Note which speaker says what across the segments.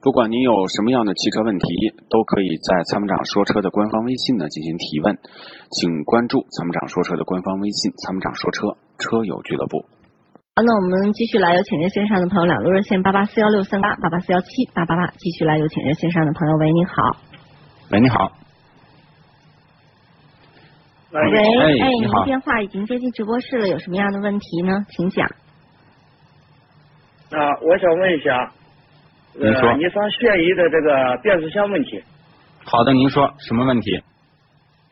Speaker 1: 不管您有什么样的汽车问题，都可以在参谋长说车的官方微信呢进行提问，请关注参谋长说车的官方微信“参谋长说车车友俱乐部”。
Speaker 2: 好，那我们继续来有请热线上的朋友两路热线八八四幺六三八八八四幺七八八八，继续来有请热线上的朋友，喂，你好，
Speaker 1: 喂，你好。
Speaker 3: 喂
Speaker 2: 喂，
Speaker 1: 哎
Speaker 2: 哎，
Speaker 1: 你
Speaker 2: 您
Speaker 1: 好
Speaker 2: 电话已经接进直播室了，有什么样的问题呢？请讲。
Speaker 3: 啊，我想问一下，
Speaker 1: 您说
Speaker 3: 呃，尼桑炫逸的这个变速箱问题，
Speaker 1: 好的，您说什么问题？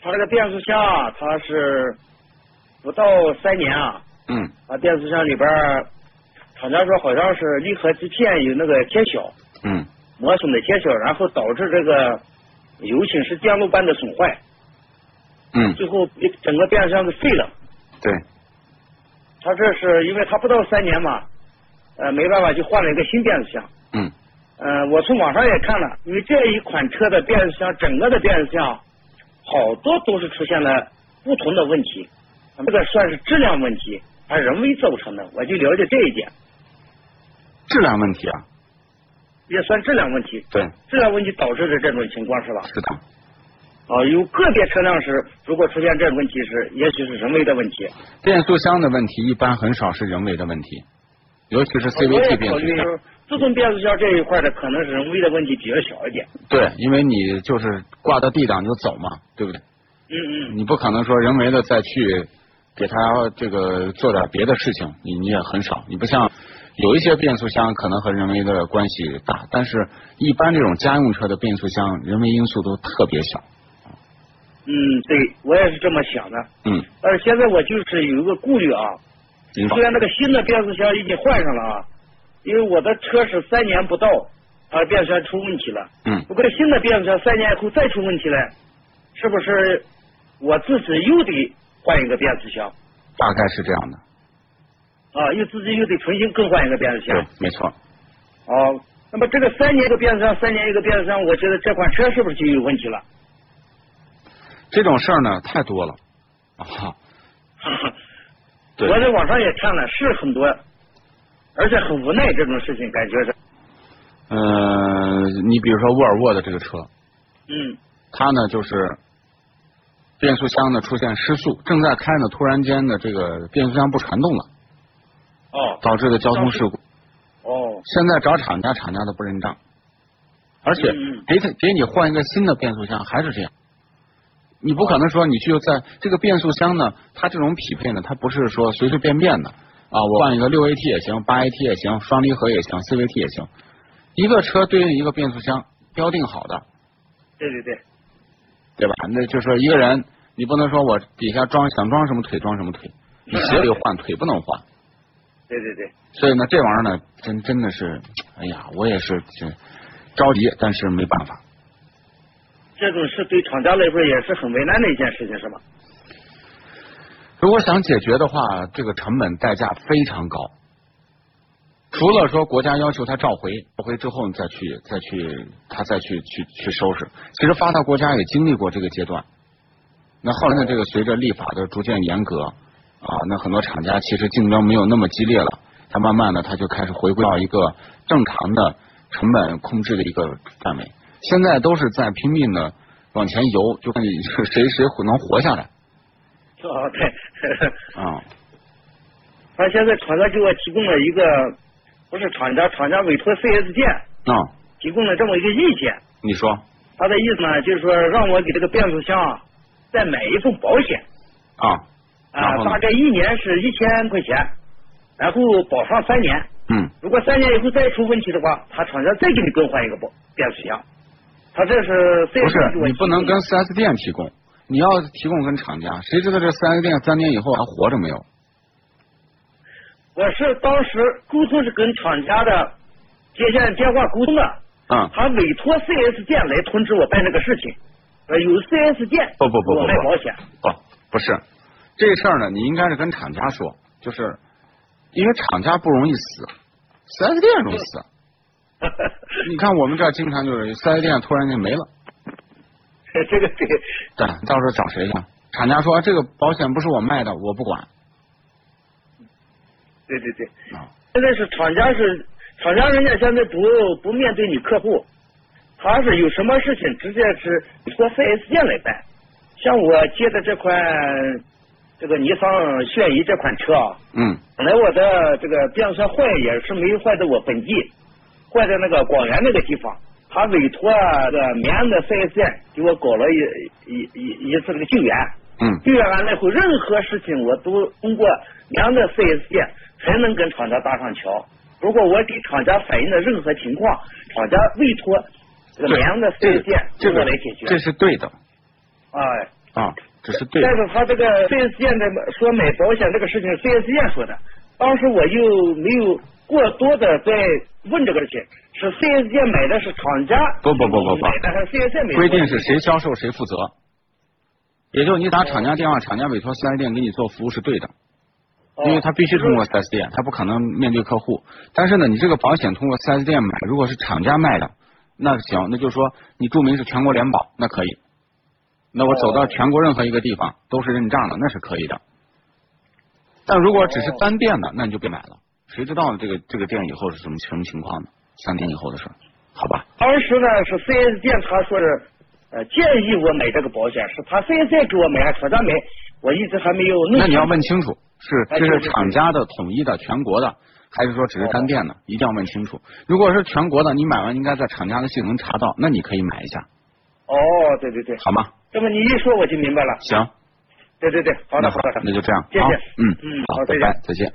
Speaker 3: 它这个变速箱啊，它是不到三年啊，
Speaker 1: 嗯，
Speaker 3: 啊，变速箱里边儿厂家说好像是离合器片有那个贴小，
Speaker 1: 嗯，
Speaker 3: 磨损的贴小，然后导致这个油品是电路般的损坏，
Speaker 1: 嗯，
Speaker 3: 最后一整个变速箱给废了。
Speaker 1: 对，
Speaker 3: 他这是因为他不到三年嘛，呃，没办法就换了一个新变速箱。
Speaker 1: 嗯，
Speaker 3: 呃，我从网上也看了，因为这一款车的变速箱，整个的变速箱好多都是出现了不同的问题，那么这个算是质量问题还是人为造成的？我就了解这一点，
Speaker 1: 质量问题啊，
Speaker 3: 也算质量问题，
Speaker 1: 对，
Speaker 3: 质量问题导致的这种情况是吧？
Speaker 1: 是的，
Speaker 3: 啊、有个别车辆是如果出现这种问题是，也许是人为的问题。
Speaker 1: 变速箱的问题一般很少是人为的问题，尤其是
Speaker 3: 我也
Speaker 1: CVT 变
Speaker 3: 考
Speaker 1: 速
Speaker 3: 虑
Speaker 1: 箱。
Speaker 3: 自动变速箱这一块的，可能是人为的问题比较小一点。
Speaker 1: 对，因为你就是挂到 D 档就走嘛，对不对？
Speaker 3: 嗯嗯。
Speaker 1: 你不可能说人为的再去给它这个做点别的事情，你你也很少。你不像有一些变速箱可能和人为的关系大，但是一般这种家用车的变速箱人为因素都特别小。
Speaker 3: 嗯，对，我也是这么想的。
Speaker 1: 嗯，
Speaker 3: 但是现在我就是有一个顾虑啊，
Speaker 1: 您说
Speaker 3: 虽然那个新的变速箱已经换上了啊，因为我的车是三年不到，它变速箱出问题了。
Speaker 1: 嗯
Speaker 3: 如果这新的变速箱三年以后再出问题了，是不是我自己又得换一个变速箱
Speaker 1: 大概是这样的，
Speaker 3: 啊？又自己又得重新更换一个变速箱
Speaker 1: 对，没错。
Speaker 3: 哦。那么这个三年一个变速箱，三年一个变速箱，我觉得这款车是不是就有问题了？
Speaker 1: 这种事儿呢太多了啊，对
Speaker 3: 我在网上也看了，是很多，而且很无奈这种事情，感觉是，
Speaker 1: 呃，你比如说沃尔沃的这个车，
Speaker 3: 嗯
Speaker 1: 它呢就是变速箱呢出现失速，正在开呢，突然间呢这个变速箱不传动了，
Speaker 3: 哦
Speaker 1: 导致的交通事故。
Speaker 3: 哦
Speaker 1: 现在找厂家，厂家都不认账，而且
Speaker 3: 嗯嗯
Speaker 1: 给他给你换一个新的变速箱还是这样。你不可能说你就在这个变速箱呢，它这种匹配呢，它不是说随随便便的啊，
Speaker 3: 哦
Speaker 1: 我换一个六 AT 也行，八 AT 也行，双离合也行，CVT 也行，一个车对应一个变速箱标定好的，
Speaker 3: 对对对，
Speaker 1: 对吧？那就是说一个人，你不能说我底下装想装什么腿装什么腿，你鞋里换腿不能换。
Speaker 3: 对对对，
Speaker 1: 所以呢，这玩意儿呢，真真的是，哎呀，我也是这着急，但是没办法。
Speaker 3: 这种事对厂家来说也是很为难的一件事情，是吧？
Speaker 1: 如果想解决的话，这个成本代价非常高。除了说国家要求他召回，召回之后你再去再去他再去去去收拾。其实发达国家也经历过这个阶段。那后来呢，这个随着立法的逐渐严格啊，那很多厂家其实竞争没有那么激烈了，它慢慢的它就开始回归到一个正常的成本控制的一个范围。现在都是在拼命的往前游，就看你 是谁谁能活下来
Speaker 3: 哦对，
Speaker 1: 啊。
Speaker 3: 他现在厂家给我提供了一个，不是厂家，厂家委托 4S 店
Speaker 1: 啊、
Speaker 3: 提供了这么一个意见，
Speaker 1: 你说
Speaker 3: 他的意思呢就是说让我给这个变速箱啊再买一份保险
Speaker 1: 啊，然
Speaker 3: 啊，
Speaker 1: 后呢
Speaker 3: 大概一年是一千块钱，然后保上三年。
Speaker 1: 嗯，
Speaker 3: 如果三年以后再出问题的话，他厂家再给你更换一个保变速箱。他这是
Speaker 1: 不是
Speaker 3: 4S
Speaker 1: 你不能跟4 S 店提供，你要提供跟厂家，谁知道这4 S 店三年以后还活着没有？
Speaker 3: 我是当时沟通是跟厂家的接线电话沟通的，
Speaker 1: 啊、
Speaker 3: 他委托 4S 店来通知我办这个事情，呃，有 4S 店
Speaker 1: 不不不不
Speaker 3: 给我卖
Speaker 1: 不
Speaker 3: 保险，
Speaker 1: 不不是这事儿呢，你应该是跟厂家说，就是因为厂家不容易死4 S 店容易死。你看我们这儿经常就是4 S 店突然间没了，
Speaker 3: 这个这个
Speaker 1: 对，到时候找谁去？厂家说这个保险不是我卖的，我不管。
Speaker 3: 对对对，
Speaker 1: 啊，
Speaker 3: 现在是厂家是厂家人家现在不不面对你客户，他是有什么事情直接是过 4S 店来办。像我接的这款这个尼桑轩逸这款车啊，
Speaker 1: 嗯
Speaker 3: 本来我的这个变速箱坏也是没坏在我本地，坏在那个广元那个地方。他委托啊这个绵阳的 4S 店给我搞了一一一一次这个救援。
Speaker 1: 嗯
Speaker 3: 救援完了以后，任何事情我都通过绵阳的 4S 店才能跟厂家搭上桥。如果我给厂家反映的任何情况，厂家委托这个
Speaker 1: 对
Speaker 3: 绵阳的
Speaker 1: 这
Speaker 3: 4S
Speaker 1: 个
Speaker 3: 店
Speaker 1: 这
Speaker 3: 给我
Speaker 1: 个
Speaker 3: 来解决。
Speaker 1: 这是对的
Speaker 3: 哎，
Speaker 1: 啊，这是对的
Speaker 3: 但。是他这个 4S 店的说买保险这个事情是，4S 店说的。当时我又没有过多的在问这个事情，是 4S 店买的是厂家
Speaker 1: 不不不不不
Speaker 3: 买的还是 4S 店买的？
Speaker 1: 规定是谁销售谁负责，也就是你打厂家电话，厂家委托四 S 店给你做服务是对的，
Speaker 3: 哦，
Speaker 1: 因为他必须通过四 S 店，他不可能面对客户。但是呢，你这个保险通过四 S 店买，如果是厂家卖的，那行，那就说你注明是全国联保，那可以。那我走到全国任何一个地方都是认账的，那是可以的。但如果只是单店的，那你就别买了，谁知道这个这个店以后是什么什么情况呢？三年以后的事儿，好吧？
Speaker 3: 当时呢是 4S 店他说是，呃，建议我买这个保险，是他 4S 店给我买，厂家买，我一直还没有弄。
Speaker 1: 那你要问清楚，是
Speaker 3: 哎
Speaker 1: 这
Speaker 3: 对
Speaker 1: 是
Speaker 3: 对哦
Speaker 1: 厂家的统一的全国的，还是说只是单店的？一定要问清楚。如果是全国的，你买完应该在厂家的系统能查到，那你可以买一下，
Speaker 3: 哦，对对对，
Speaker 1: 好吗？
Speaker 3: 这么你一说我就明白了。
Speaker 1: 行，
Speaker 3: 对对对，好
Speaker 1: 那
Speaker 3: 的好的，好的
Speaker 1: 那就这样
Speaker 3: 谢谢
Speaker 1: 啊，嗯
Speaker 3: 嗯，
Speaker 1: 好，
Speaker 3: 好
Speaker 1: 拜
Speaker 3: 再见
Speaker 1: 拜，再见。